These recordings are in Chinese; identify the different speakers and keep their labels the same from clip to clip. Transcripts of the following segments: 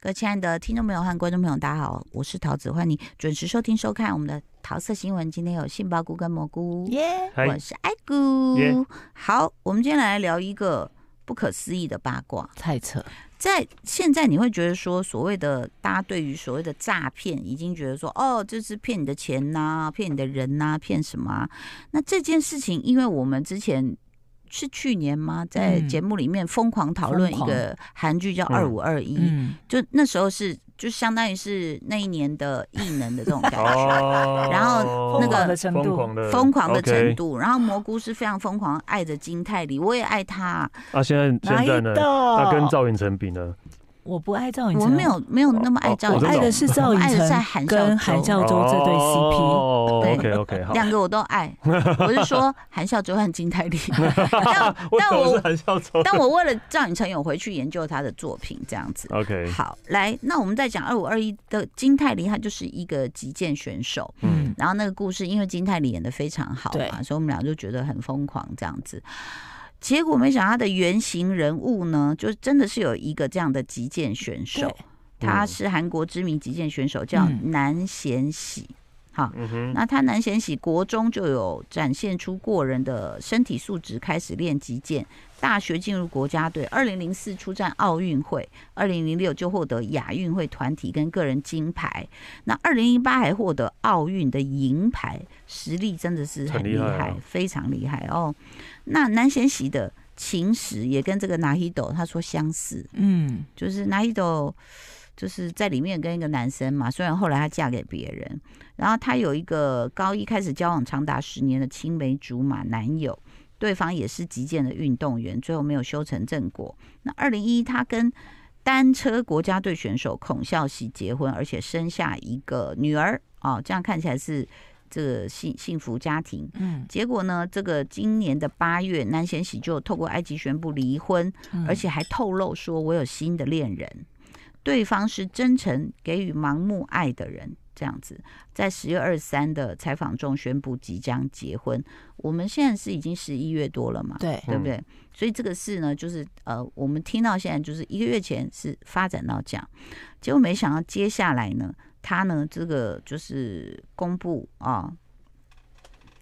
Speaker 1: 各位亲爱的听众朋友和观众朋友，大家好，我是桃子，欢迎你准时收听收看我们的桃色新闻。今天有杏鲍菇跟蘑菇，
Speaker 2: 耶，
Speaker 3: 嗨
Speaker 1: 我是爱菇。
Speaker 3: 耶
Speaker 1: 好，我们今天来聊一个不可思议的八卦。
Speaker 2: 太扯，
Speaker 1: 在现在，你会觉得说，所谓的大家对于所谓的诈骗，已经觉得说，哦，这是骗你的钱呐、骗你的人呐、骗什么啊？那这件事情，因为我们之前是去年吗，在
Speaker 2: 嗯
Speaker 1: 节目里面疯狂讨论一
Speaker 2: 疯狂
Speaker 1: 个韩剧叫《二五二一》，
Speaker 2: 嗯，
Speaker 1: 就那时候是就相当于是那一年的异能的这种感觉，
Speaker 3: 哦，
Speaker 1: 然后那
Speaker 2: 疯狂
Speaker 1: 个
Speaker 2: 的程
Speaker 3: 疯
Speaker 2: 度，
Speaker 3: 狂 的
Speaker 1: 疯狂的程
Speaker 3: OK
Speaker 1: 度。然后蘑菇是非常疯狂爱着金泰梨，我也爱他、
Speaker 3: 啊，现在
Speaker 2: 哪有
Speaker 3: 现在呢？
Speaker 2: 的
Speaker 3: 那跟赵寅成比呢？
Speaker 2: 我不爱赵寅
Speaker 1: 我
Speaker 2: 成，
Speaker 1: 没，有没有那么爱
Speaker 3: 哦
Speaker 1: 赵
Speaker 3: 我
Speaker 1: 寅
Speaker 3: 真
Speaker 1: 成，
Speaker 3: 的
Speaker 2: 爱
Speaker 3: 哦
Speaker 2: 的是赵
Speaker 1: 我
Speaker 2: 寅
Speaker 1: 爱的是
Speaker 2: 成
Speaker 1: 韩
Speaker 2: 跟
Speaker 1: 孝
Speaker 2: 韩
Speaker 1: 周
Speaker 2: 孝。周这对 CP，
Speaker 3: 哦
Speaker 1: 对
Speaker 3: ，OK OK，好。
Speaker 1: 两个我都 爱，我是说韩孝周和金泰梨， 但但
Speaker 3: 为什么
Speaker 1: 我
Speaker 3: 是韩孝周
Speaker 1: 但我为了赵寅成有回去研究他的作品，这样子。
Speaker 3: ，OK，
Speaker 1: 好，来，那我们再讲二五二一的金泰梨，他就是一个击剑选手，
Speaker 3: 嗯
Speaker 2: 嗯，
Speaker 1: 然后那个故事，因为金泰梨演的非常好
Speaker 2: 对
Speaker 1: 嘛，所以我们俩就觉得很疯狂这样子。结果没想到他的原型人物呢，就真的是有一个这样的击剑选手，他是韩国知名击剑选手，叫
Speaker 2: 嗯
Speaker 1: 南贤喜。好，
Speaker 3: 嗯哼，
Speaker 1: 那他南贤喜国中就有展现出过人的身体素质，开始练击剑。大学进入国家队，二零零四出战奥运会，二零零六就获得亚运会团体跟个人金牌。那二零一八还获得奥运的银牌，实力真的是很
Speaker 3: 很
Speaker 1: 厉
Speaker 3: 厉
Speaker 1: 害，
Speaker 3: 害啊
Speaker 1: 非常厉害哦。那南贤喜的情史也跟这个 Nahido 他说相似，
Speaker 2: 嗯，
Speaker 1: 就是 Nahido 就是在里面跟一个男生嘛，虽然后来她嫁给别人，然后她有一个高一开始交往长达十年的青梅竹马男友，对方也是击剑的运动员，最后没有修成正果。那二零一，她跟单车国家队选手孔孝喜结婚，而且生下一个女儿，哦，这样看起来是这个幸幸福家庭。
Speaker 2: 嗯
Speaker 1: 结果呢？这个今年的八月，南贤喜就透过埃及宣布离婚，
Speaker 2: 嗯，
Speaker 1: 而且还透露说我有新的恋人，对方是真诚给予盲目爱的人。这样子，在十月二十三的采访中宣布即将结婚。我们现在是已经十一月多了嘛，
Speaker 2: 对，
Speaker 1: 对不对？所以这个事呢，就是呃，我们听到现在就是一个月前是发展到这样，结果没想到接下来呢，她呢这个就是公布啊，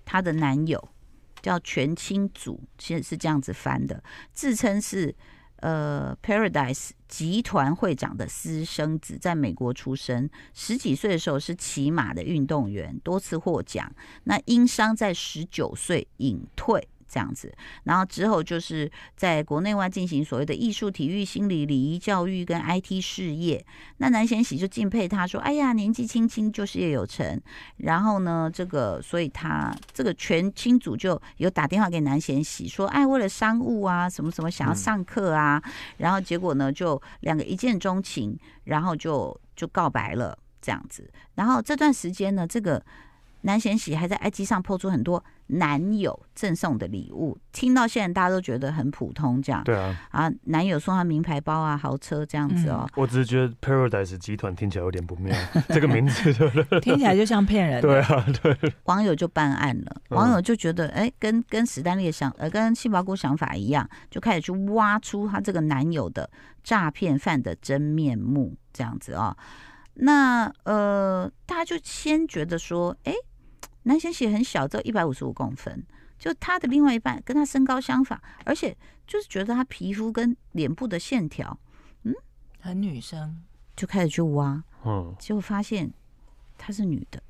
Speaker 1: 她的男友叫全清祖，现在是这样子翻的，自称是呃 Paradise 集团会长的私生子，在美国出生，十几岁的时候是骑马的运动员，多次获奖。那因伤在十九岁隐退。这样子，然后之后就是在国内外进行所谓的艺术、体育、心理、礼仪教育跟 IT 事业。那南贤喜就敬佩他说：“哎呀，年纪轻轻就事业有成。”然后呢，这个所以他这个全清组就有打电话给南贤喜说：“哎，为了商务啊，什么什么想要
Speaker 3: 嗯
Speaker 1: 上课啊。然后结果呢，就两个一见钟情，然后就就告白了这样子。然后这段时间呢，这个南贤喜还在 IG 上抛出很多男友赠送的礼物，听到现在大家都觉得很普通这样
Speaker 3: 对啊，
Speaker 1: 啊，男友送她名牌包啊、豪车这样子哦。
Speaker 3: 我只是觉得 Paradise 集团听起来有点不 妙，这个名字对不对？
Speaker 2: 听起来就像骗人，
Speaker 3: 对，啊，对，
Speaker 1: 网友就办案了，
Speaker 3: 嗯
Speaker 1: 网友就觉得，哎、跟跟史丹利的想，呃，跟杏鲍菇想法一样，就开始去挖出她这个男友的诈骗犯的真面目，这样子哦。那呃，大家就先觉得说，哎、南贤喜很小，只有一百五十五公分，就他的另外一半跟他身高相仿，而且就是觉得他皮肤跟脸部的线条，
Speaker 2: 很女生，
Speaker 1: 就开始去挖，
Speaker 3: 嗯，
Speaker 1: 结果发现她是女的。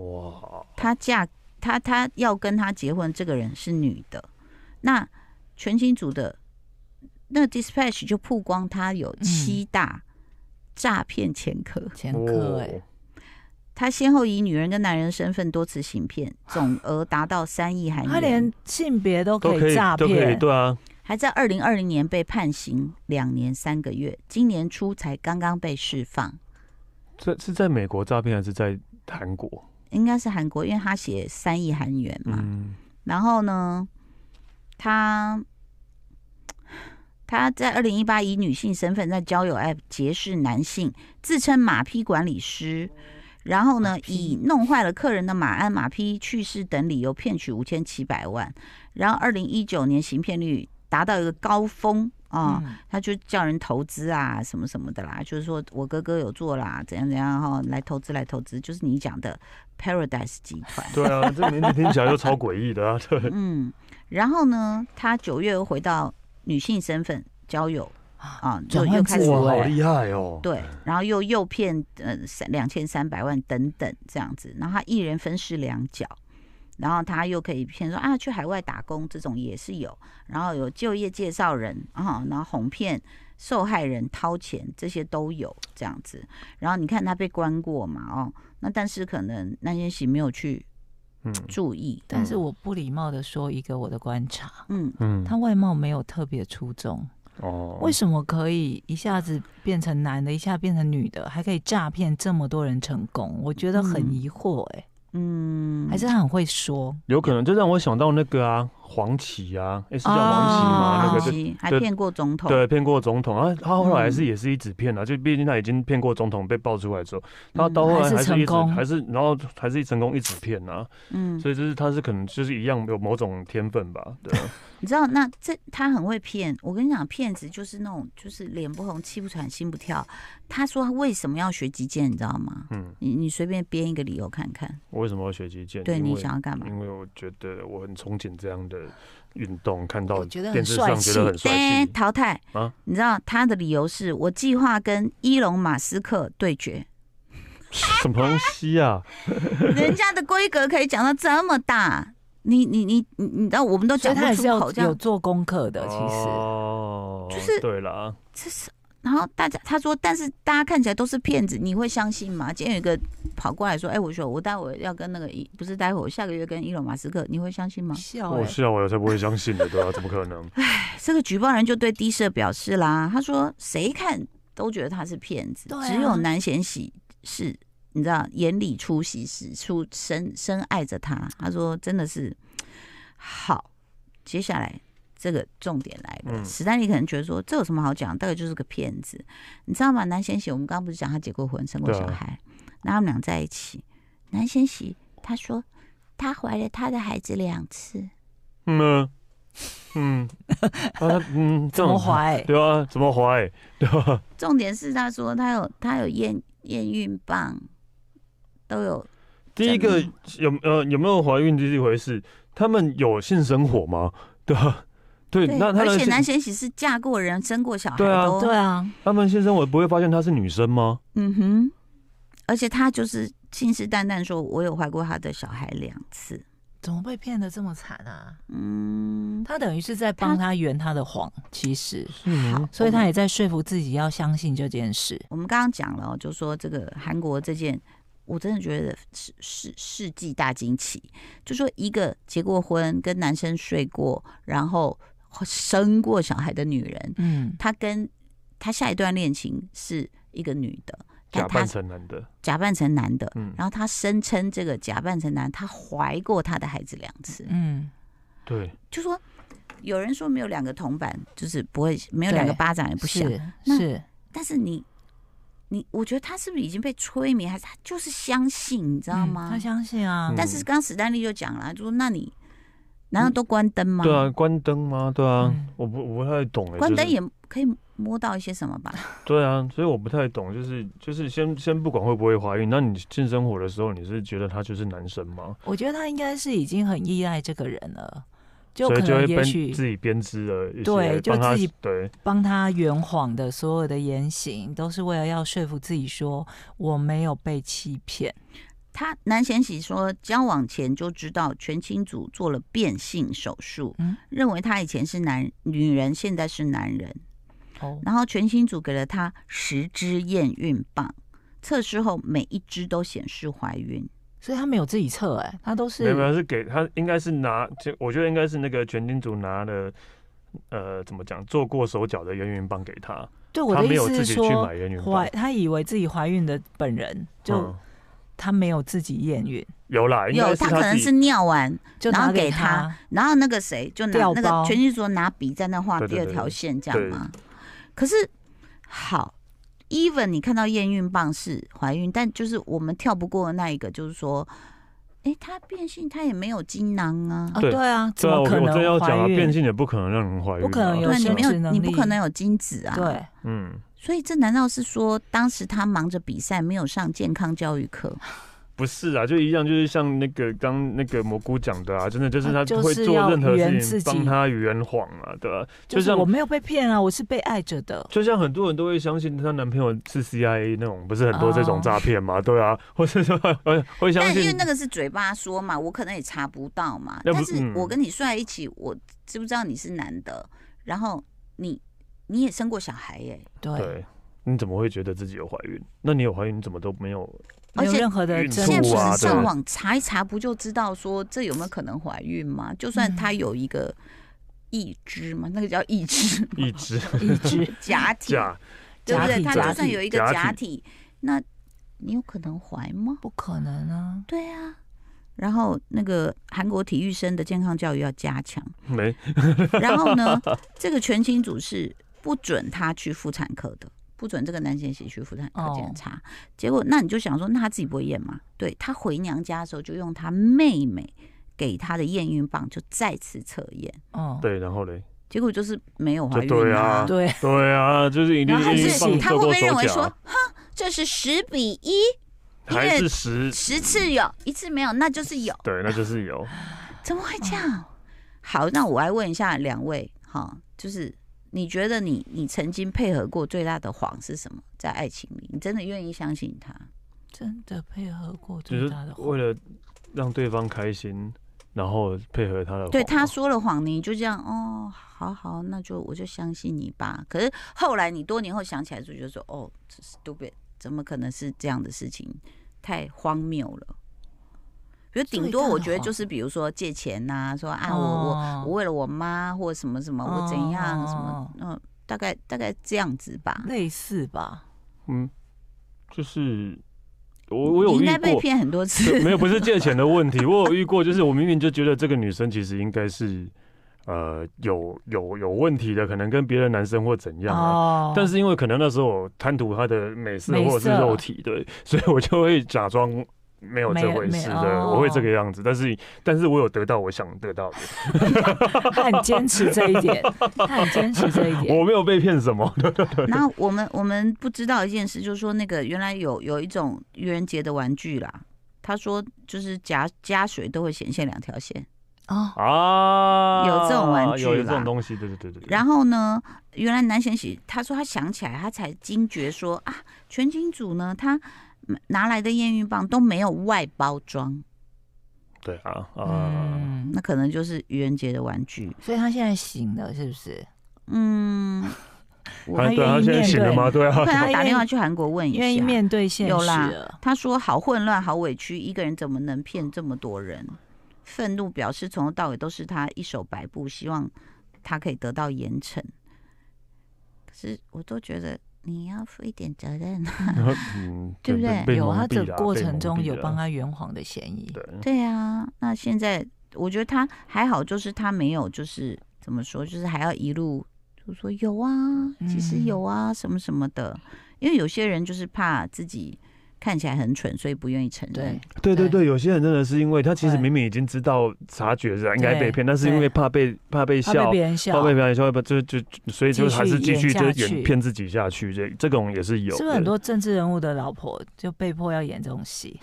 Speaker 3: 哇，
Speaker 1: 她嫁她她要跟她结婚，这个人是女的。那全清组的那 dispatch 就曝光她有七大诈骗前科，
Speaker 2: 前科哎，
Speaker 1: 欸
Speaker 3: 哦
Speaker 1: 她先后以女人跟男人身份多次行骗，总额达到三亿韩元
Speaker 2: 他连，性别都
Speaker 3: 都
Speaker 2: 可
Speaker 3: 可
Speaker 2: 以
Speaker 3: 以
Speaker 2: 诈
Speaker 3: 都可以，
Speaker 2: 骗，
Speaker 3: 对啊，
Speaker 1: 还在二零二零年被判刑两年三个月，今年初才刚刚被释放。
Speaker 3: 这是在美国诈骗还是在韩国？
Speaker 1: 应该是韩国，因为他写三亿韩元嘛，
Speaker 3: 嗯，
Speaker 1: 然后呢，她她在二零一八以女性身份在交友 App 结识男性，自称马匹管理师。然后呢
Speaker 2: 马，匹
Speaker 1: 以弄坏了客人的马鞍、马匹去世等理由骗取五千七百万。然后，二零一九年行骗率达到一个高峰啊。
Speaker 2: 嗯
Speaker 1: 他就叫人投资啊，什么什么的啦，就是说我哥哥有做啦，怎样怎样哈、来投资来投资，就是你讲的 Paradise 集团。
Speaker 3: 对啊，这名字听起来就超诡异的啊。对，
Speaker 1: 嗯，然后呢，他九月又回到女性身份交友
Speaker 2: 啊，
Speaker 1: 啊，就
Speaker 2: 转换
Speaker 1: 又开始
Speaker 2: 自我
Speaker 3: 哇，好
Speaker 2: 对
Speaker 3: 厉害哦。
Speaker 1: 对，然后又诱骗呃三两千三百万等等这样子，然后他一人分饰两角，然后他又可以骗说啊去海外打工这种也是有，然后有就业介绍人啊，然后哄骗受害人掏钱这些都有这样子，然后你看他被关过嘛哦，那但是可能那些喜没有去
Speaker 3: 嗯
Speaker 1: 注意，
Speaker 2: 但是我不礼貌的说一个我的观察，
Speaker 1: 嗯，
Speaker 3: 嗯，
Speaker 2: 他外貌没有特别出众，
Speaker 3: 哦
Speaker 2: 为什么可以一下子变成男的，一下变成女的，还可以诈骗这么多人成功？我觉得很
Speaker 1: 嗯
Speaker 2: 疑惑、哎、
Speaker 1: 嗯，
Speaker 2: 还是他很会说，
Speaker 3: 有可能这让我想到那个啊，黄芪啊，诶，是叫黄芪吗？
Speaker 2: 啊
Speaker 3: 那
Speaker 1: 好
Speaker 3: 个就
Speaker 1: 奇哦还
Speaker 3: 对
Speaker 1: 骗过总统，
Speaker 3: 对，骗过总统啊，他后来还是
Speaker 1: 嗯
Speaker 3: 也是一直骗啊，就毕竟他已经骗过总统被爆出来之后，他到后来
Speaker 2: 嗯还
Speaker 3: 还
Speaker 2: 是
Speaker 3: 是一
Speaker 2: 成
Speaker 3: 直
Speaker 2: 功
Speaker 3: 还是然后还是一成功一直骗啊，
Speaker 1: 嗯，
Speaker 3: 所以就是他是可能就是一样有某种天分吧，对啊，
Speaker 1: 你知道，那这他很会骗。我跟你讲，骗子就是那种，就是脸不红、气不喘、心不跳。他说他为什么要学击剑，你知道吗？
Speaker 3: 嗯，
Speaker 1: 你你随便编一个理由看看，
Speaker 3: 我为什么要学击剑？
Speaker 1: 对
Speaker 3: 因
Speaker 1: 你
Speaker 3: 为
Speaker 1: 想要干嘛？
Speaker 3: 因为我觉得我很憧憬这样的运动，看到
Speaker 2: 我觉得很
Speaker 3: 电视
Speaker 2: 帅
Speaker 3: 上觉得很
Speaker 1: 对，
Speaker 3: 帅气。
Speaker 1: 淘汰
Speaker 3: 啊
Speaker 1: 你知道他的理由是我计划跟伊隆马斯克对决，
Speaker 3: 什么东西啊？
Speaker 1: 人家的规格可以讲到这么大，你你你你你知道我们都
Speaker 2: 所
Speaker 1: 讲
Speaker 2: 以他
Speaker 1: 不
Speaker 2: 也是
Speaker 1: 出
Speaker 2: 有
Speaker 1: 口这
Speaker 2: 有
Speaker 1: 样，
Speaker 2: 做功课的，其实。
Speaker 3: 哦，
Speaker 1: 就是
Speaker 3: 对啦，
Speaker 1: 这是。然后大家他说，但是大家看起来都是骗子，你会相信吗？今天有一个跑过来说，哎，我说我待会要跟那个伊，不是待会，我下个月跟伊隆马斯克，你会相信吗？
Speaker 2: 笑、
Speaker 3: 我
Speaker 2: 欸，
Speaker 3: 是啊，我才不会相信的，对啊，怎么可能？
Speaker 1: 这个举报人就对低社表示啦，他说谁看都觉得他是骗子，
Speaker 2: 对啊
Speaker 1: 只有南贤喜是，你知道眼里出喜事，出深深爱着他。他说真的是好。接下来这个重点来了，
Speaker 3: 嗯
Speaker 1: 史丹利可能觉得说这有什么好讲，大概就是个骗子，你知道吗？南贤喜，我们刚刚不是讲他结过婚，生过
Speaker 3: 对啊
Speaker 1: 小孩，那、他们俩在一起，南贤喜他说他怀了他的孩子两次。
Speaker 3: 嗯呃嗯，啊，嗯，这
Speaker 2: 怎么
Speaker 3: 种
Speaker 2: 怀？
Speaker 3: 对啊，怎么怀？对吧？
Speaker 1: 重点是他说他有他有验验孕棒，都有
Speaker 3: 第一个
Speaker 1: 真
Speaker 3: 有呃有没有怀孕这是一回事，他们有性生活吗？对吧？对，那他
Speaker 1: 而
Speaker 3: 的
Speaker 1: 且南
Speaker 3: 性
Speaker 1: 贤喜是嫁过人、生过小孩
Speaker 3: 对啊
Speaker 1: 都，
Speaker 2: 对啊，
Speaker 3: 他们性生活不会发现她是女生吗？
Speaker 1: 嗯哼，而且他就是信誓旦旦说，我有怀过他的小孩两次，
Speaker 2: 怎么被骗的这么惨啊？
Speaker 1: 嗯，
Speaker 2: 他等于是在帮他圆他的谎，其实，
Speaker 3: 是吗？
Speaker 2: 所以
Speaker 1: 哦
Speaker 2: 他也在说服自己要相信这件事。
Speaker 1: 我们刚刚讲了哦，就说这个韩国这件，我真的觉得是世世纪大惊奇。就说一个结过婚、跟男生睡过，然后生过小孩的女人，
Speaker 2: 嗯，
Speaker 1: 她跟她下一段恋情是一个女的，
Speaker 3: 假
Speaker 1: 但她
Speaker 3: 扮成男的，
Speaker 1: 假扮成男的，
Speaker 3: 嗯，
Speaker 1: 然后她声称这个假扮成男，她怀过她的孩子两次，
Speaker 2: 嗯，
Speaker 3: 对，
Speaker 1: 就说。有人说没有两个铜板就是不会，没有两个
Speaker 2: 对
Speaker 1: 巴掌也不响。
Speaker 2: 是
Speaker 1: 那
Speaker 2: 是，
Speaker 1: 但是你，你，我觉得他是不是已经被催眠，还是他就是相信，你知
Speaker 2: 知
Speaker 1: 道吗？嗯
Speaker 2: 嗯他相信啊，
Speaker 1: 但是刚刚史丹利就讲了，就说那你难道都关灯吗？
Speaker 3: 对啊，关灯吗？对啊
Speaker 2: 嗯，
Speaker 3: 我不我不太懂哎，
Speaker 1: 关
Speaker 3: 就
Speaker 1: 灯
Speaker 3: 是
Speaker 1: 也可以摸到一些什么吧？
Speaker 3: 对啊，所以我不太懂，就是就是先先不管会不会怀孕，那你性生活的时候，你是觉得他就是男生吗？
Speaker 2: 我觉得他应该是已经很依赖这个人了，就
Speaker 3: 所
Speaker 2: 可
Speaker 3: 以就会
Speaker 2: 能也
Speaker 3: 编
Speaker 2: 许
Speaker 3: 自己编织了一些，
Speaker 2: 对就
Speaker 3: 帮他
Speaker 2: 自己
Speaker 3: 对，
Speaker 2: 帮他圆谎的所有的言行，都是为了要说服自己说我没有被欺骗。
Speaker 1: 他南贤喜说，交往前就知道全清组做了变性手术，
Speaker 2: 嗯
Speaker 1: 认为他以前是男女人，现在是男人。
Speaker 2: 哦，
Speaker 1: 然后全清组给了他十支验孕棒，测试后每一支都显示怀孕。
Speaker 2: 所以他没有自己测，哎，他都是
Speaker 3: 没有没有是给他，应该是拿，就我觉得应该是那个全金组拿了，呃，怎么讲，做过手脚的圆圆棒给他，
Speaker 2: 对我
Speaker 3: 他
Speaker 2: 的
Speaker 3: 没
Speaker 2: 意
Speaker 3: 有
Speaker 2: 思
Speaker 3: 自
Speaker 2: 是
Speaker 3: 己去
Speaker 2: 说
Speaker 3: 买，圆圆棒
Speaker 2: 怀，他以为自己怀孕的本人就
Speaker 3: 嗯
Speaker 2: 他没有自己验孕，
Speaker 3: 有啦，应该
Speaker 1: 有，
Speaker 3: 是
Speaker 1: 他可能
Speaker 3: 自
Speaker 1: 是
Speaker 3: 己，
Speaker 1: 尿完，
Speaker 2: 就
Speaker 1: 然后
Speaker 2: 拿
Speaker 1: 给
Speaker 2: 他。
Speaker 1: 然后那个谁就拿
Speaker 2: 调
Speaker 1: 那
Speaker 2: 包
Speaker 1: 个全剧组拿笔在那画
Speaker 3: 对
Speaker 1: 第
Speaker 3: 对
Speaker 1: 二
Speaker 3: 对
Speaker 1: 条线，这样
Speaker 3: 对
Speaker 1: 吗？可是好，even 你看到验孕棒是怀孕，但就是我们跳不过那一个，就是说哎、她变性她也没有精囊啊。
Speaker 2: 啊，
Speaker 3: 对
Speaker 2: 对啊，怎
Speaker 3: 对啊，
Speaker 2: 么
Speaker 3: 我
Speaker 2: 可
Speaker 3: 我正要
Speaker 2: 能
Speaker 3: 讲啊，
Speaker 2: 怀
Speaker 3: 变
Speaker 2: 孕？
Speaker 3: 性也不可能让人怀孕、
Speaker 2: 不
Speaker 3: 啊，
Speaker 2: 可能有
Speaker 1: 对，你没有
Speaker 2: 生殖，能
Speaker 1: 你不可
Speaker 2: 力
Speaker 1: 能有精子啊。，
Speaker 2: 对，
Speaker 3: 嗯，
Speaker 1: 所以这难道是说，当时她忙着比赛，没有上健康教育课？
Speaker 3: 不是啊，就一样，就是像那个刚那个蘑菇讲的啊，真的就是
Speaker 2: 啊
Speaker 3: 他
Speaker 2: 就
Speaker 3: 不会
Speaker 2: 是
Speaker 3: 做
Speaker 2: 要
Speaker 3: 任何
Speaker 2: 圆
Speaker 3: 事
Speaker 2: 自
Speaker 3: 情
Speaker 2: 己
Speaker 3: 帮他圆谎啊，对吧、就
Speaker 2: 就是
Speaker 3: 像
Speaker 2: 我没有被骗啊，我是被爱着的。
Speaker 3: 就像很多人都会相信她男朋友是 CIA 那种，不是很多这
Speaker 2: 哦
Speaker 3: 种诈骗嘛，对啊， 或是说会会相
Speaker 1: 但因为
Speaker 3: 信
Speaker 1: 那个是嘴巴说嘛，我可能也查不到嘛。
Speaker 3: 要不
Speaker 1: 但是
Speaker 3: 嗯
Speaker 1: 我跟你睡在一起，我知不知道你是男的？然后你你也生过小孩耶、
Speaker 2: 对，
Speaker 3: 对。你怎么会觉得自己有怀孕？那你有怀孕，你怎么都没有？
Speaker 2: 没有
Speaker 1: 而且
Speaker 2: 任何的
Speaker 3: 孕
Speaker 2: 征
Speaker 3: 吐
Speaker 1: 现在
Speaker 3: 啊
Speaker 1: 不是
Speaker 3: 对
Speaker 1: 上网查一查，不就知道说这有没有可能怀孕吗？就算
Speaker 2: 嗯
Speaker 1: 他有一个义肢嘛，那个叫义肢，
Speaker 3: 一直
Speaker 1: 哦
Speaker 2: 一 直
Speaker 1: 假体， 对不
Speaker 2: 假
Speaker 3: 假
Speaker 1: 对？
Speaker 2: 体
Speaker 1: 他
Speaker 2: 假
Speaker 1: 就算
Speaker 2: 体
Speaker 1: 有一个
Speaker 3: 假
Speaker 1: 假体，那你有可能怀吗？
Speaker 2: 不可能啊。
Speaker 1: 对啊。然后那个韩国体育生的健康教育要加强，
Speaker 3: 没
Speaker 1: 然后呢，这个全清组是不准他去妇产科的，不准这个男险喜去妇产科检查。
Speaker 3: 哦
Speaker 1: 结果，那你就想说，那他自己不会验吗？对他回娘家的时候，就用他妹妹给他的验孕棒，就再次测验，
Speaker 2: 嗯，
Speaker 3: 对，然后嘞，
Speaker 1: 结果就是没有怀孕
Speaker 3: 就对啊
Speaker 2: 对，
Speaker 3: 对啊，就是一定
Speaker 2: 然后还
Speaker 3: 一
Speaker 1: 但
Speaker 3: 定
Speaker 2: 是
Speaker 1: 是
Speaker 3: 放
Speaker 1: 他
Speaker 3: 做
Speaker 1: 会不
Speaker 3: 过
Speaker 1: 会认
Speaker 3: 手
Speaker 1: 为说
Speaker 3: 脚，，
Speaker 1: 哼，这是十比一，
Speaker 3: 还是十
Speaker 1: 十次有一次没有，那就是有，
Speaker 3: 对，那就是有。
Speaker 1: 怎么会这样？哦好，那我来问一下两位，哈，就是你觉得你你曾经配合过最大的谎是什么？在爱情里，你真的愿意相信他？
Speaker 2: 真的配合过
Speaker 3: 就
Speaker 2: 最
Speaker 3: 是
Speaker 2: 大的谎
Speaker 3: 为了让对方开心，然后配合他的。
Speaker 1: 对他，说了谎，你就这样哦，好好，那就我就相信你吧。可是后来你多年后想起来就觉得说，哦这，stupid，怎么可能是这样的事情？太荒谬了。比如顶多
Speaker 2: 最大的
Speaker 1: 我觉得
Speaker 2: 谎
Speaker 1: 就是比如说借钱呐、说啊我我
Speaker 2: 哦
Speaker 3: 嗯
Speaker 1: 我为了我妈或什么什么，我怎样什么
Speaker 2: 哦，
Speaker 1: 嗯、大概大概这样子吧。
Speaker 2: 类似吧？
Speaker 3: 嗯，就是我我有
Speaker 1: 你应
Speaker 3: 遇
Speaker 1: 该被
Speaker 3: 过，
Speaker 1: 骗很多次
Speaker 3: 对，没有不是借钱的问题，我有遇过，就是我明明就觉得这个女生其实应该是呃有有有问题的，可能跟别的男生或怎样啊。
Speaker 2: 哦，
Speaker 3: 但是因为可能那时候我贪图她的美色
Speaker 2: 美
Speaker 3: 或者是
Speaker 2: 色
Speaker 3: 肉体，对，所以我就会假装没有这
Speaker 2: 没
Speaker 3: 回
Speaker 2: 没
Speaker 3: 事，对，
Speaker 2: 哦
Speaker 3: 我会这个样子。但是但是我有得到我想得到的，
Speaker 2: 他很坚持这一 点，他很坚持这一点。
Speaker 3: 我没有被骗 什么。
Speaker 1: 然后我们我们不知道一件事，就是说那个原来有有一种愚人节的玩具啦，他说就是加加水都会显现两条线。
Speaker 2: 哦，
Speaker 3: 啊，
Speaker 1: 有这种玩具
Speaker 3: 有有这
Speaker 1: 啦
Speaker 3: 种东西，对对对对。对
Speaker 1: 然后呢，原来南贤喜他说他想起来，他才惊觉说啊，全金组呢他拿来的验孕棒都没有外包装，
Speaker 3: 对啊啊，
Speaker 2: 嗯，
Speaker 1: 那可能就是愚人节的玩具。
Speaker 2: 所以他现在醒了，是不是？
Speaker 1: 嗯，我
Speaker 3: 他
Speaker 2: 还
Speaker 3: 对啊
Speaker 2: 愿
Speaker 3: 他
Speaker 2: 意
Speaker 3: 现在
Speaker 2: 面
Speaker 3: 醒了
Speaker 2: 对
Speaker 3: 吗？ 对啊
Speaker 1: 我， 可能 要打电话
Speaker 2: 愿意
Speaker 1: 去韩国问一下。
Speaker 2: 愿意面对现实
Speaker 1: 有啦
Speaker 2: 了。
Speaker 1: 他说：“好混乱，好委屈，一个人怎么能骗这么多人？”愤怒表示从头到尾都是他一手摆布，希望他可以得到严惩。可是我都觉得你要负一点责任啊！
Speaker 3: 嗯，
Speaker 1: 对不对
Speaker 3: 被
Speaker 2: 有
Speaker 3: 蒙
Speaker 2: 他
Speaker 3: 蔽
Speaker 2: 的
Speaker 3: 了
Speaker 2: 过
Speaker 3: 被
Speaker 2: 程
Speaker 3: 蒙
Speaker 2: 中
Speaker 3: 蔽
Speaker 2: 有
Speaker 3: 了
Speaker 2: 帮他圆谎的嫌疑。
Speaker 3: 对，
Speaker 1: 对啊，那现在我觉得他还好，就是他没有，就是怎么说，就是还要一路就说有啊，其实有啊，什么什么的。因为有些人就是怕自己看起来很蠢，所以不愿意承认
Speaker 2: 对。
Speaker 3: 对
Speaker 2: 对
Speaker 3: 对对，有些人真的是因为他其实
Speaker 2: 对
Speaker 3: 明明已经知道察觉是应该
Speaker 2: 对
Speaker 3: 被骗，但是因为
Speaker 2: 对
Speaker 3: 怕被怕被
Speaker 2: 他被
Speaker 3: 笑。
Speaker 2: 别人笑
Speaker 3: 怕，被别人笑，就就就所以就
Speaker 2: 继续
Speaker 3: 还是继
Speaker 2: 演
Speaker 3: 续
Speaker 2: 下
Speaker 3: 就
Speaker 2: 去
Speaker 3: 演骗自己下去，这这种也是有
Speaker 2: 是
Speaker 3: 的。
Speaker 2: 不是很多政治人物的老婆就被迫要演这种戏？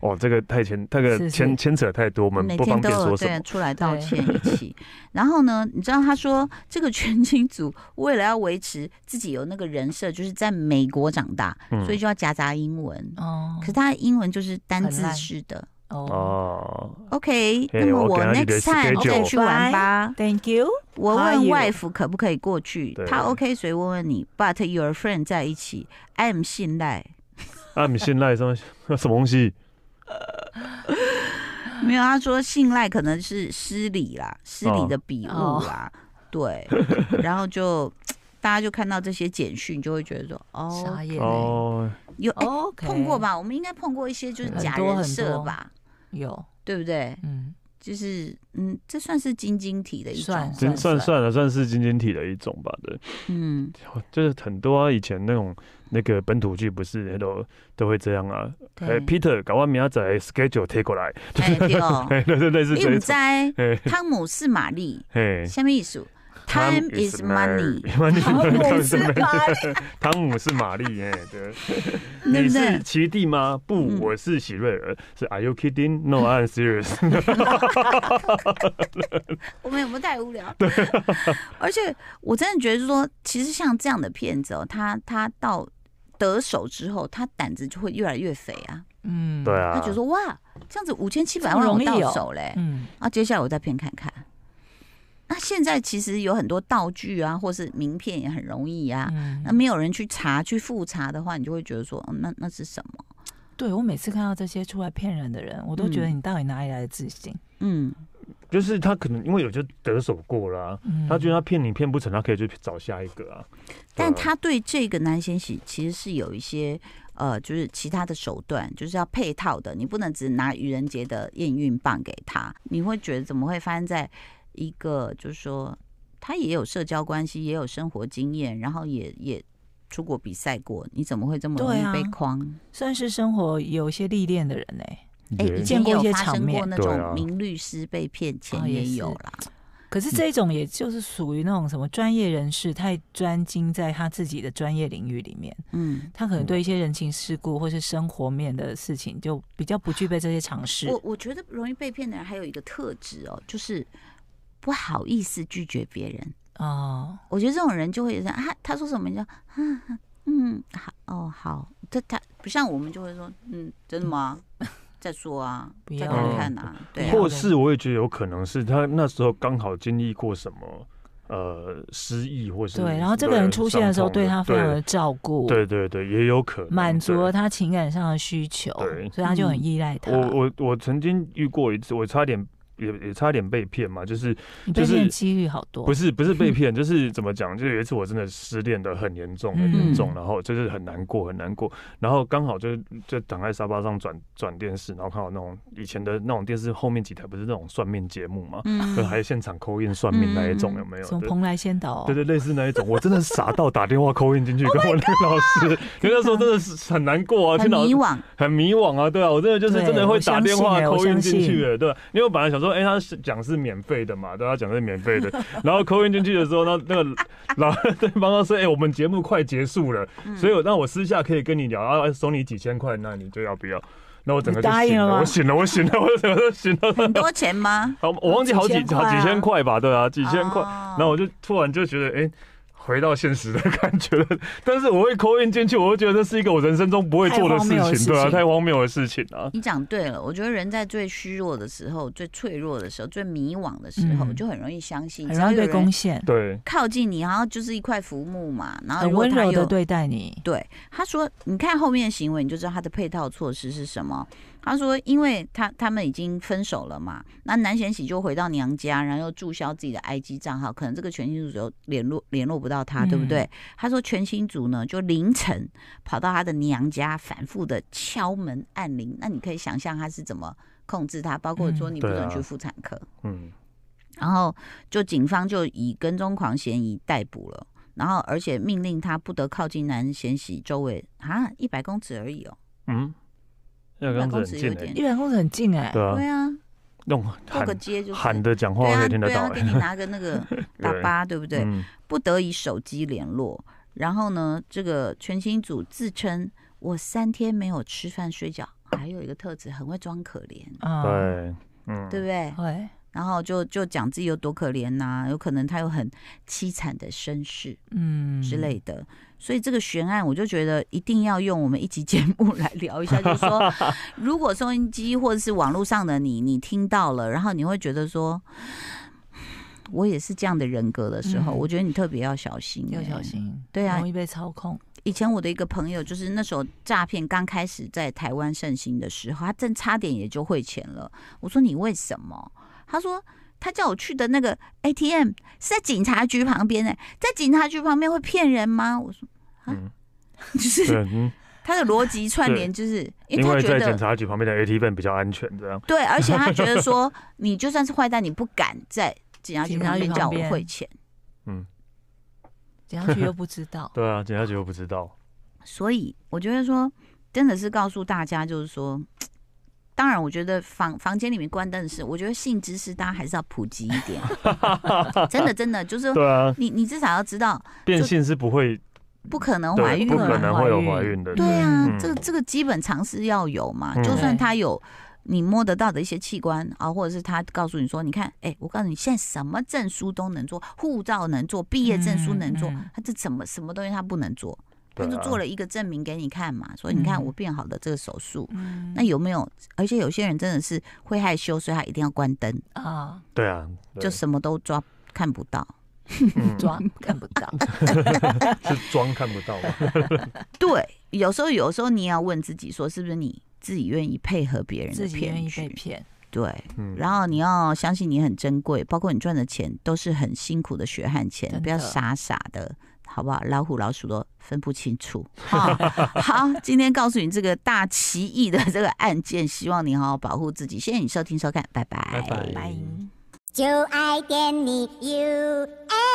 Speaker 3: 哦，这个太牵，这
Speaker 2: 是
Speaker 3: 个
Speaker 2: 是
Speaker 3: 牵牵扯太多，我们
Speaker 1: 每
Speaker 3: 不方
Speaker 1: 天都
Speaker 3: 便
Speaker 1: 有
Speaker 3: 说什
Speaker 1: 对
Speaker 3: 么。
Speaker 1: 出来道
Speaker 2: 对
Speaker 1: 歉一 起。然后呢，你知道他说这个全金组为了要维持自己有那个人设，就是在美国长大，
Speaker 3: 嗯
Speaker 1: 所以就要夹杂英文。
Speaker 2: 哦
Speaker 1: 可是他的英文就是单
Speaker 2: 很
Speaker 1: 字
Speaker 2: 烂
Speaker 1: 式的。
Speaker 2: 哦
Speaker 3: 哦，
Speaker 1: OK，
Speaker 3: 嘿
Speaker 1: 那么
Speaker 3: 我
Speaker 1: 我
Speaker 3: 给他你
Speaker 1: next
Speaker 3: 的
Speaker 1: time 再
Speaker 2: schedule
Speaker 1: 去玩吧。
Speaker 2: ，Thank you。
Speaker 1: 我
Speaker 2: How are
Speaker 1: 问
Speaker 2: you？
Speaker 1: wife 可不可以过去，
Speaker 3: 对
Speaker 1: 他 OK，所以问问你。But your friend 在一起，I'm 信赖。
Speaker 3: 啊，你信赖什么 什么东西？
Speaker 1: 没有，他说信赖可能是失礼啦，失
Speaker 3: 哦
Speaker 1: 礼的笔误啦，
Speaker 2: 哦
Speaker 1: 对，然后就大家就看到这些简讯，就会觉得说，哦
Speaker 2: 傻，眼欸
Speaker 3: 哦，
Speaker 1: 有哎、
Speaker 2: ，OK，
Speaker 1: 碰过？吧？我们应该碰过一些就是
Speaker 2: 很
Speaker 1: 假
Speaker 2: 多
Speaker 1: 人
Speaker 2: 很
Speaker 1: 设
Speaker 2: 多
Speaker 1: 吧，
Speaker 2: 有，
Speaker 1: 对不对？
Speaker 2: 嗯，
Speaker 1: 就是嗯，这算是晶晶体的一种
Speaker 2: 算，
Speaker 3: 算算算了，算是晶晶体的一种吧。对，
Speaker 1: 嗯，
Speaker 3: 就是很多啊，以前那种那个本土剧不是都都会这样啊。哎、
Speaker 1: 对，
Speaker 3: p e t e r 搞完明仔载 schedule 贴过来，
Speaker 1: 哎对哦，
Speaker 3: 哎、对对类似
Speaker 1: 因
Speaker 3: 这
Speaker 1: 为
Speaker 3: 一
Speaker 1: 我
Speaker 3: 种。
Speaker 1: 在
Speaker 3: 哎
Speaker 1: 汤姆是玛丽，
Speaker 3: 嘿
Speaker 1: 下面一数，Time is money，
Speaker 2: 我
Speaker 3: money，
Speaker 2: 是巴黎，
Speaker 3: 汤姆是玛丽，哎， 对，
Speaker 1: 对
Speaker 3: 你
Speaker 1: 不
Speaker 3: 是
Speaker 1: 对？
Speaker 3: 奇蒂吗？不
Speaker 1: 嗯，
Speaker 3: 我是喜瑞尔。是 Are you kidding? No, I'm serious.
Speaker 1: 我们有没有太无聊？对， 而且我真的觉得说，其实像这样的骗子哦，他他到得手之后，他胆子就会越来越肥啊，
Speaker 2: 嗯，
Speaker 3: 对，啊
Speaker 1: 他觉，得说哇，这样子五千七百
Speaker 2: 这
Speaker 1: 万
Speaker 2: 么
Speaker 1: 我
Speaker 2: 容易哦
Speaker 1: 到手嘞，
Speaker 2: 嗯，
Speaker 1: 啊，接下来我再骗看看。那现在其实有很多道具啊，或是名片也很容易啊。
Speaker 2: 嗯
Speaker 1: 那没有人去查、去复查的话，你就会觉得说，嗯、那那是什么？
Speaker 2: 对我每次看到这些出来骗人的人，我都觉得
Speaker 1: 嗯
Speaker 2: 你到底哪里来的自信？
Speaker 1: 嗯，
Speaker 3: 就是他可能因为有就得手过了啊、
Speaker 2: 嗯
Speaker 3: 他觉得他骗你骗不成，他可以去找下一个啊。
Speaker 1: 但
Speaker 3: 对啊
Speaker 1: 他对这个男先生其实是有一些呃，就是其他的手段，就是要配套的，你不能只拿愚人节的验孕棒给他，你会觉得怎么会发生在一个就是说他也有社交关系，也有生活经验，然后也也出国比赛过，你怎么会这么容
Speaker 2: 对啊
Speaker 1: 易被框？
Speaker 2: 算是生活有一些历练的人呢、
Speaker 1: 哎、
Speaker 3: 也
Speaker 1: 以
Speaker 2: 见
Speaker 1: 前
Speaker 2: 过
Speaker 1: 也
Speaker 2: 一些
Speaker 1: 有发
Speaker 2: 场
Speaker 1: 生过
Speaker 2: 面
Speaker 1: 那
Speaker 3: 对
Speaker 1: 种
Speaker 3: 啊
Speaker 1: 名律师被骗
Speaker 2: 哦
Speaker 1: 钱，
Speaker 2: 也
Speaker 1: 也
Speaker 2: 是
Speaker 1: 有啦。
Speaker 2: 可
Speaker 3: 嗯
Speaker 2: 是这种也就是属于那种什么专业人士，太专精在他自己的专业领域里面，
Speaker 1: 嗯，
Speaker 2: 他可能对一些人情世故或是生活面的事情，就比较不具备这些常识。
Speaker 1: 我我觉得容易被骗的人还有一个特质哦，就是不好意思拒绝别人。
Speaker 2: 哦，
Speaker 1: 我觉得这种人就会有人啊，他说什么你就啊，嗯，好哦，好，这他不像我们就会说，嗯，真的吗？再说啊，
Speaker 2: 不
Speaker 1: 再
Speaker 2: 要
Speaker 1: 看看啊，对啊
Speaker 2: 不要
Speaker 3: 或是我也觉得有可能是他那时候刚好经历过什么呃失忆，或是
Speaker 2: 对，然后这个人出现的时候，对他非常的照顾，
Speaker 3: 对对对，也有可能
Speaker 2: 满足
Speaker 3: 对
Speaker 2: 了他情感上的需求，
Speaker 3: 对嗯
Speaker 2: 所以他就很依赖他。
Speaker 3: 我我我曾经遇过一次，我差点也也差点被骗嘛，就是
Speaker 2: 你被
Speaker 3: 就是
Speaker 2: 骗几率好多，
Speaker 3: 不是不是被骗，就是怎么讲，就是有一次我真的失恋的很严重很严重，
Speaker 2: 嗯
Speaker 3: 然后就是很难过很难过，然后刚好就是就躺在沙发上转转电视，然后看到那种以前的那种电视后面几台不是那种算命节目嘛，
Speaker 1: 嗯
Speaker 3: 就还现场扣印算命那一种
Speaker 1: 嗯
Speaker 3: 有没有？
Speaker 2: 什么
Speaker 3: 对
Speaker 2: 蓬莱仙岛、哦，
Speaker 3: 对对，类似那一种，我真的傻到打电话扣印进 去，跟我那个老师， 因为那时候真的是很难过啊，
Speaker 1: Oh 很
Speaker 3: 听老
Speaker 1: 迷惘，
Speaker 3: 很迷惘啊，对啊，我真的就是
Speaker 2: 对
Speaker 3: 真的会打电话
Speaker 2: 我
Speaker 3: 扣
Speaker 2: 相
Speaker 3: 印
Speaker 2: 信
Speaker 3: 进去欸的，对吧、因为我本来想说，哎、他是讲是免费的嘛，对，啊他讲是免费的， 然后扣印进去的时候，那那个老 对方就说，哎、我们节目快结束了，
Speaker 1: 嗯
Speaker 3: 所以我那我私下可以跟你聊，啊，收你几千块，那你就要不要？那我整个就
Speaker 2: 你答应
Speaker 3: 醒
Speaker 2: 了吗
Speaker 3: 了，我醒了，我醒了，我整个都醒了。
Speaker 1: 很多钱吗？
Speaker 3: 好，我忘记好几
Speaker 2: 几千块
Speaker 3: 好
Speaker 2: 啊
Speaker 3: 几千块吧，对啊， 几千块。
Speaker 1: 哦
Speaker 3: 然后我就突然就觉得，哎、回到现实的感觉了。但是我会扣印进去，我会觉得这是一个我人生中不会做的事
Speaker 2: 太荒谬的事
Speaker 3: 情，对啊，
Speaker 2: 情
Speaker 3: 太荒谬的事情啊。
Speaker 1: 你讲对了，我觉得人在最虚弱的时候、最脆弱的时候、最迷惘的时候，
Speaker 2: 嗯
Speaker 1: 就很容易相信，
Speaker 2: 很
Speaker 1: 只要
Speaker 2: 容易
Speaker 1: 有
Speaker 2: 被
Speaker 1: 人
Speaker 2: 攻陷，
Speaker 3: 对，
Speaker 1: 靠近你，然后就是一块浮木嘛，然后
Speaker 2: 很
Speaker 1: 如果
Speaker 2: 温
Speaker 1: 他
Speaker 2: 柔
Speaker 1: 有
Speaker 2: 的对待你，
Speaker 1: 对他说，你看后面的行为，你就知道他的配套措施是什么。他说，因为他他们已经分手了嘛，那南贤喜就回到娘家，然后又注销自己的 IG 账号，可能这个全新组就联络联络不到他，对不对？
Speaker 2: 嗯
Speaker 1: 他说，全新组呢就凌晨跑到他的娘家，反复的敲门按铃。那你可以想象他是怎么控制他，包括说
Speaker 2: 嗯
Speaker 1: 你不
Speaker 3: 对
Speaker 1: 准
Speaker 3: 啊
Speaker 1: 去妇产科。
Speaker 3: 嗯，
Speaker 1: 然后就警方就以跟踪狂嫌疑逮捕了，然后而且命令他不得靠近男贤喜周围啊一百公尺而已哦，
Speaker 3: 嗯，那
Speaker 1: 办
Speaker 3: 刚子
Speaker 1: 公
Speaker 3: 很
Speaker 1: 室
Speaker 3: 近
Speaker 1: 有
Speaker 3: 诶、
Speaker 1: 点
Speaker 2: 一百公尺很近哎、
Speaker 3: 对啊
Speaker 1: 对，啊，
Speaker 3: 那种
Speaker 1: 过个
Speaker 3: 喊
Speaker 1: 街就是
Speaker 3: 喊的讲话
Speaker 1: 对
Speaker 3: 可
Speaker 1: 啊
Speaker 3: 以听得
Speaker 1: 对
Speaker 3: 到
Speaker 1: 啊，
Speaker 3: 欸、
Speaker 1: 给你拿个那 个喇叭，对不对？
Speaker 3: 嗯，
Speaker 1: 不得以手机联络。然后呢，这个全新组自称我三天没有吃饭睡觉，还有一个特质很会装可怜，
Speaker 2: 啊，
Speaker 3: 对，嗯，
Speaker 1: 对不对？
Speaker 2: 会，
Speaker 1: 然后就就讲自己有多可怜呐、有可能他有很凄惨的身世。
Speaker 2: 嗯
Speaker 1: 之。类的。所以这个悬案，我就觉得一定要用我们一集节目来聊一下，就是 说，如果收音机或者是网络上的你，你听到了，然后你会觉得说，我也是这样的人格的时候，
Speaker 2: 嗯
Speaker 1: 我觉得你特别要小心、
Speaker 2: 要小。心，
Speaker 1: 对啊
Speaker 2: 嗯容易被操控。
Speaker 1: 以前我的一个朋友，就是那时候诈骗刚开始在台湾盛行的时候，他正差点也就汇钱了。我说你为什么？他说他叫我去的那个 ATM 是在警察局欸旁边诶、在警察局旁边会骗人吗？我说
Speaker 3: 嗯，
Speaker 1: 就是
Speaker 3: 对，嗯，
Speaker 1: 他的逻辑串联就是，因为
Speaker 3: 因
Speaker 1: 他
Speaker 3: 为
Speaker 1: 觉
Speaker 3: 在检
Speaker 1: 得
Speaker 3: 察局旁边的 ATV 比较安全，这样。，
Speaker 1: 对，而且他觉得说，你就算是坏蛋，你不敢在警察局
Speaker 2: 警
Speaker 1: 跟
Speaker 2: 察
Speaker 1: 他
Speaker 2: 局
Speaker 1: 去叫
Speaker 2: 旁
Speaker 1: 我
Speaker 2: 边
Speaker 1: 汇钱，
Speaker 2: 讲下去又不知道
Speaker 3: 对啊，检察局又不知道。
Speaker 1: 所以我觉得说，真的是告诉大家，就是说。当然，我觉得房房间里面关灯的事，我觉得性知识大家还是要普及一点。 真的，真的就是
Speaker 3: 对啊，
Speaker 1: 你，你至少要知道，
Speaker 3: 变性是不会，
Speaker 1: 不可能怀
Speaker 3: 对，
Speaker 1: 孕
Speaker 3: 不可
Speaker 1: 了，
Speaker 3: 能会有怀孕的。
Speaker 1: 对啊，
Speaker 3: 嗯
Speaker 1: 这个这个基本常识要有嘛。
Speaker 3: 嗯
Speaker 1: 就算他有你摸得到的一些器官啊，或者是他告诉你说，你看，哎、我告诉你，现在什么证书都能做，护照能做，毕业证书能做，
Speaker 2: 嗯嗯
Speaker 1: 他这怎么什么东西他不能做？他
Speaker 3: 对啊
Speaker 1: 就做了一个证明给你看嘛，所以你看
Speaker 2: 嗯
Speaker 1: 我变好的这个手术。
Speaker 2: 嗯
Speaker 1: 那有没有？而且有些人真的是会害羞，所以他一定要关灯，
Speaker 2: 啊，
Speaker 3: 对啊，对
Speaker 1: 就什么都抓看不到。
Speaker 3: 嗯
Speaker 2: 抓看不到，
Speaker 3: 是装看不到嘛。
Speaker 1: 对，有时候有时候你也要问自己说，是不是你自己愿意配合别人的
Speaker 2: 自己愿
Speaker 1: 骗
Speaker 2: 意被
Speaker 1: 局？
Speaker 2: 骗，
Speaker 1: 对，
Speaker 3: 嗯，
Speaker 1: 然后你要相信你很珍贵，包括你赚的钱都是很辛苦的血汗钱，
Speaker 2: 真
Speaker 1: 不要
Speaker 2: 的
Speaker 1: 傻傻的，好不好？老虎老鼠都分不清楚。哈，好，今天告诉你这个大奇异的这个案件，希望你好好保护自己。谢谢你收听收看，拜拜，
Speaker 3: 拜拜
Speaker 2: 拜。
Speaker 4: 就爱点你 UFO。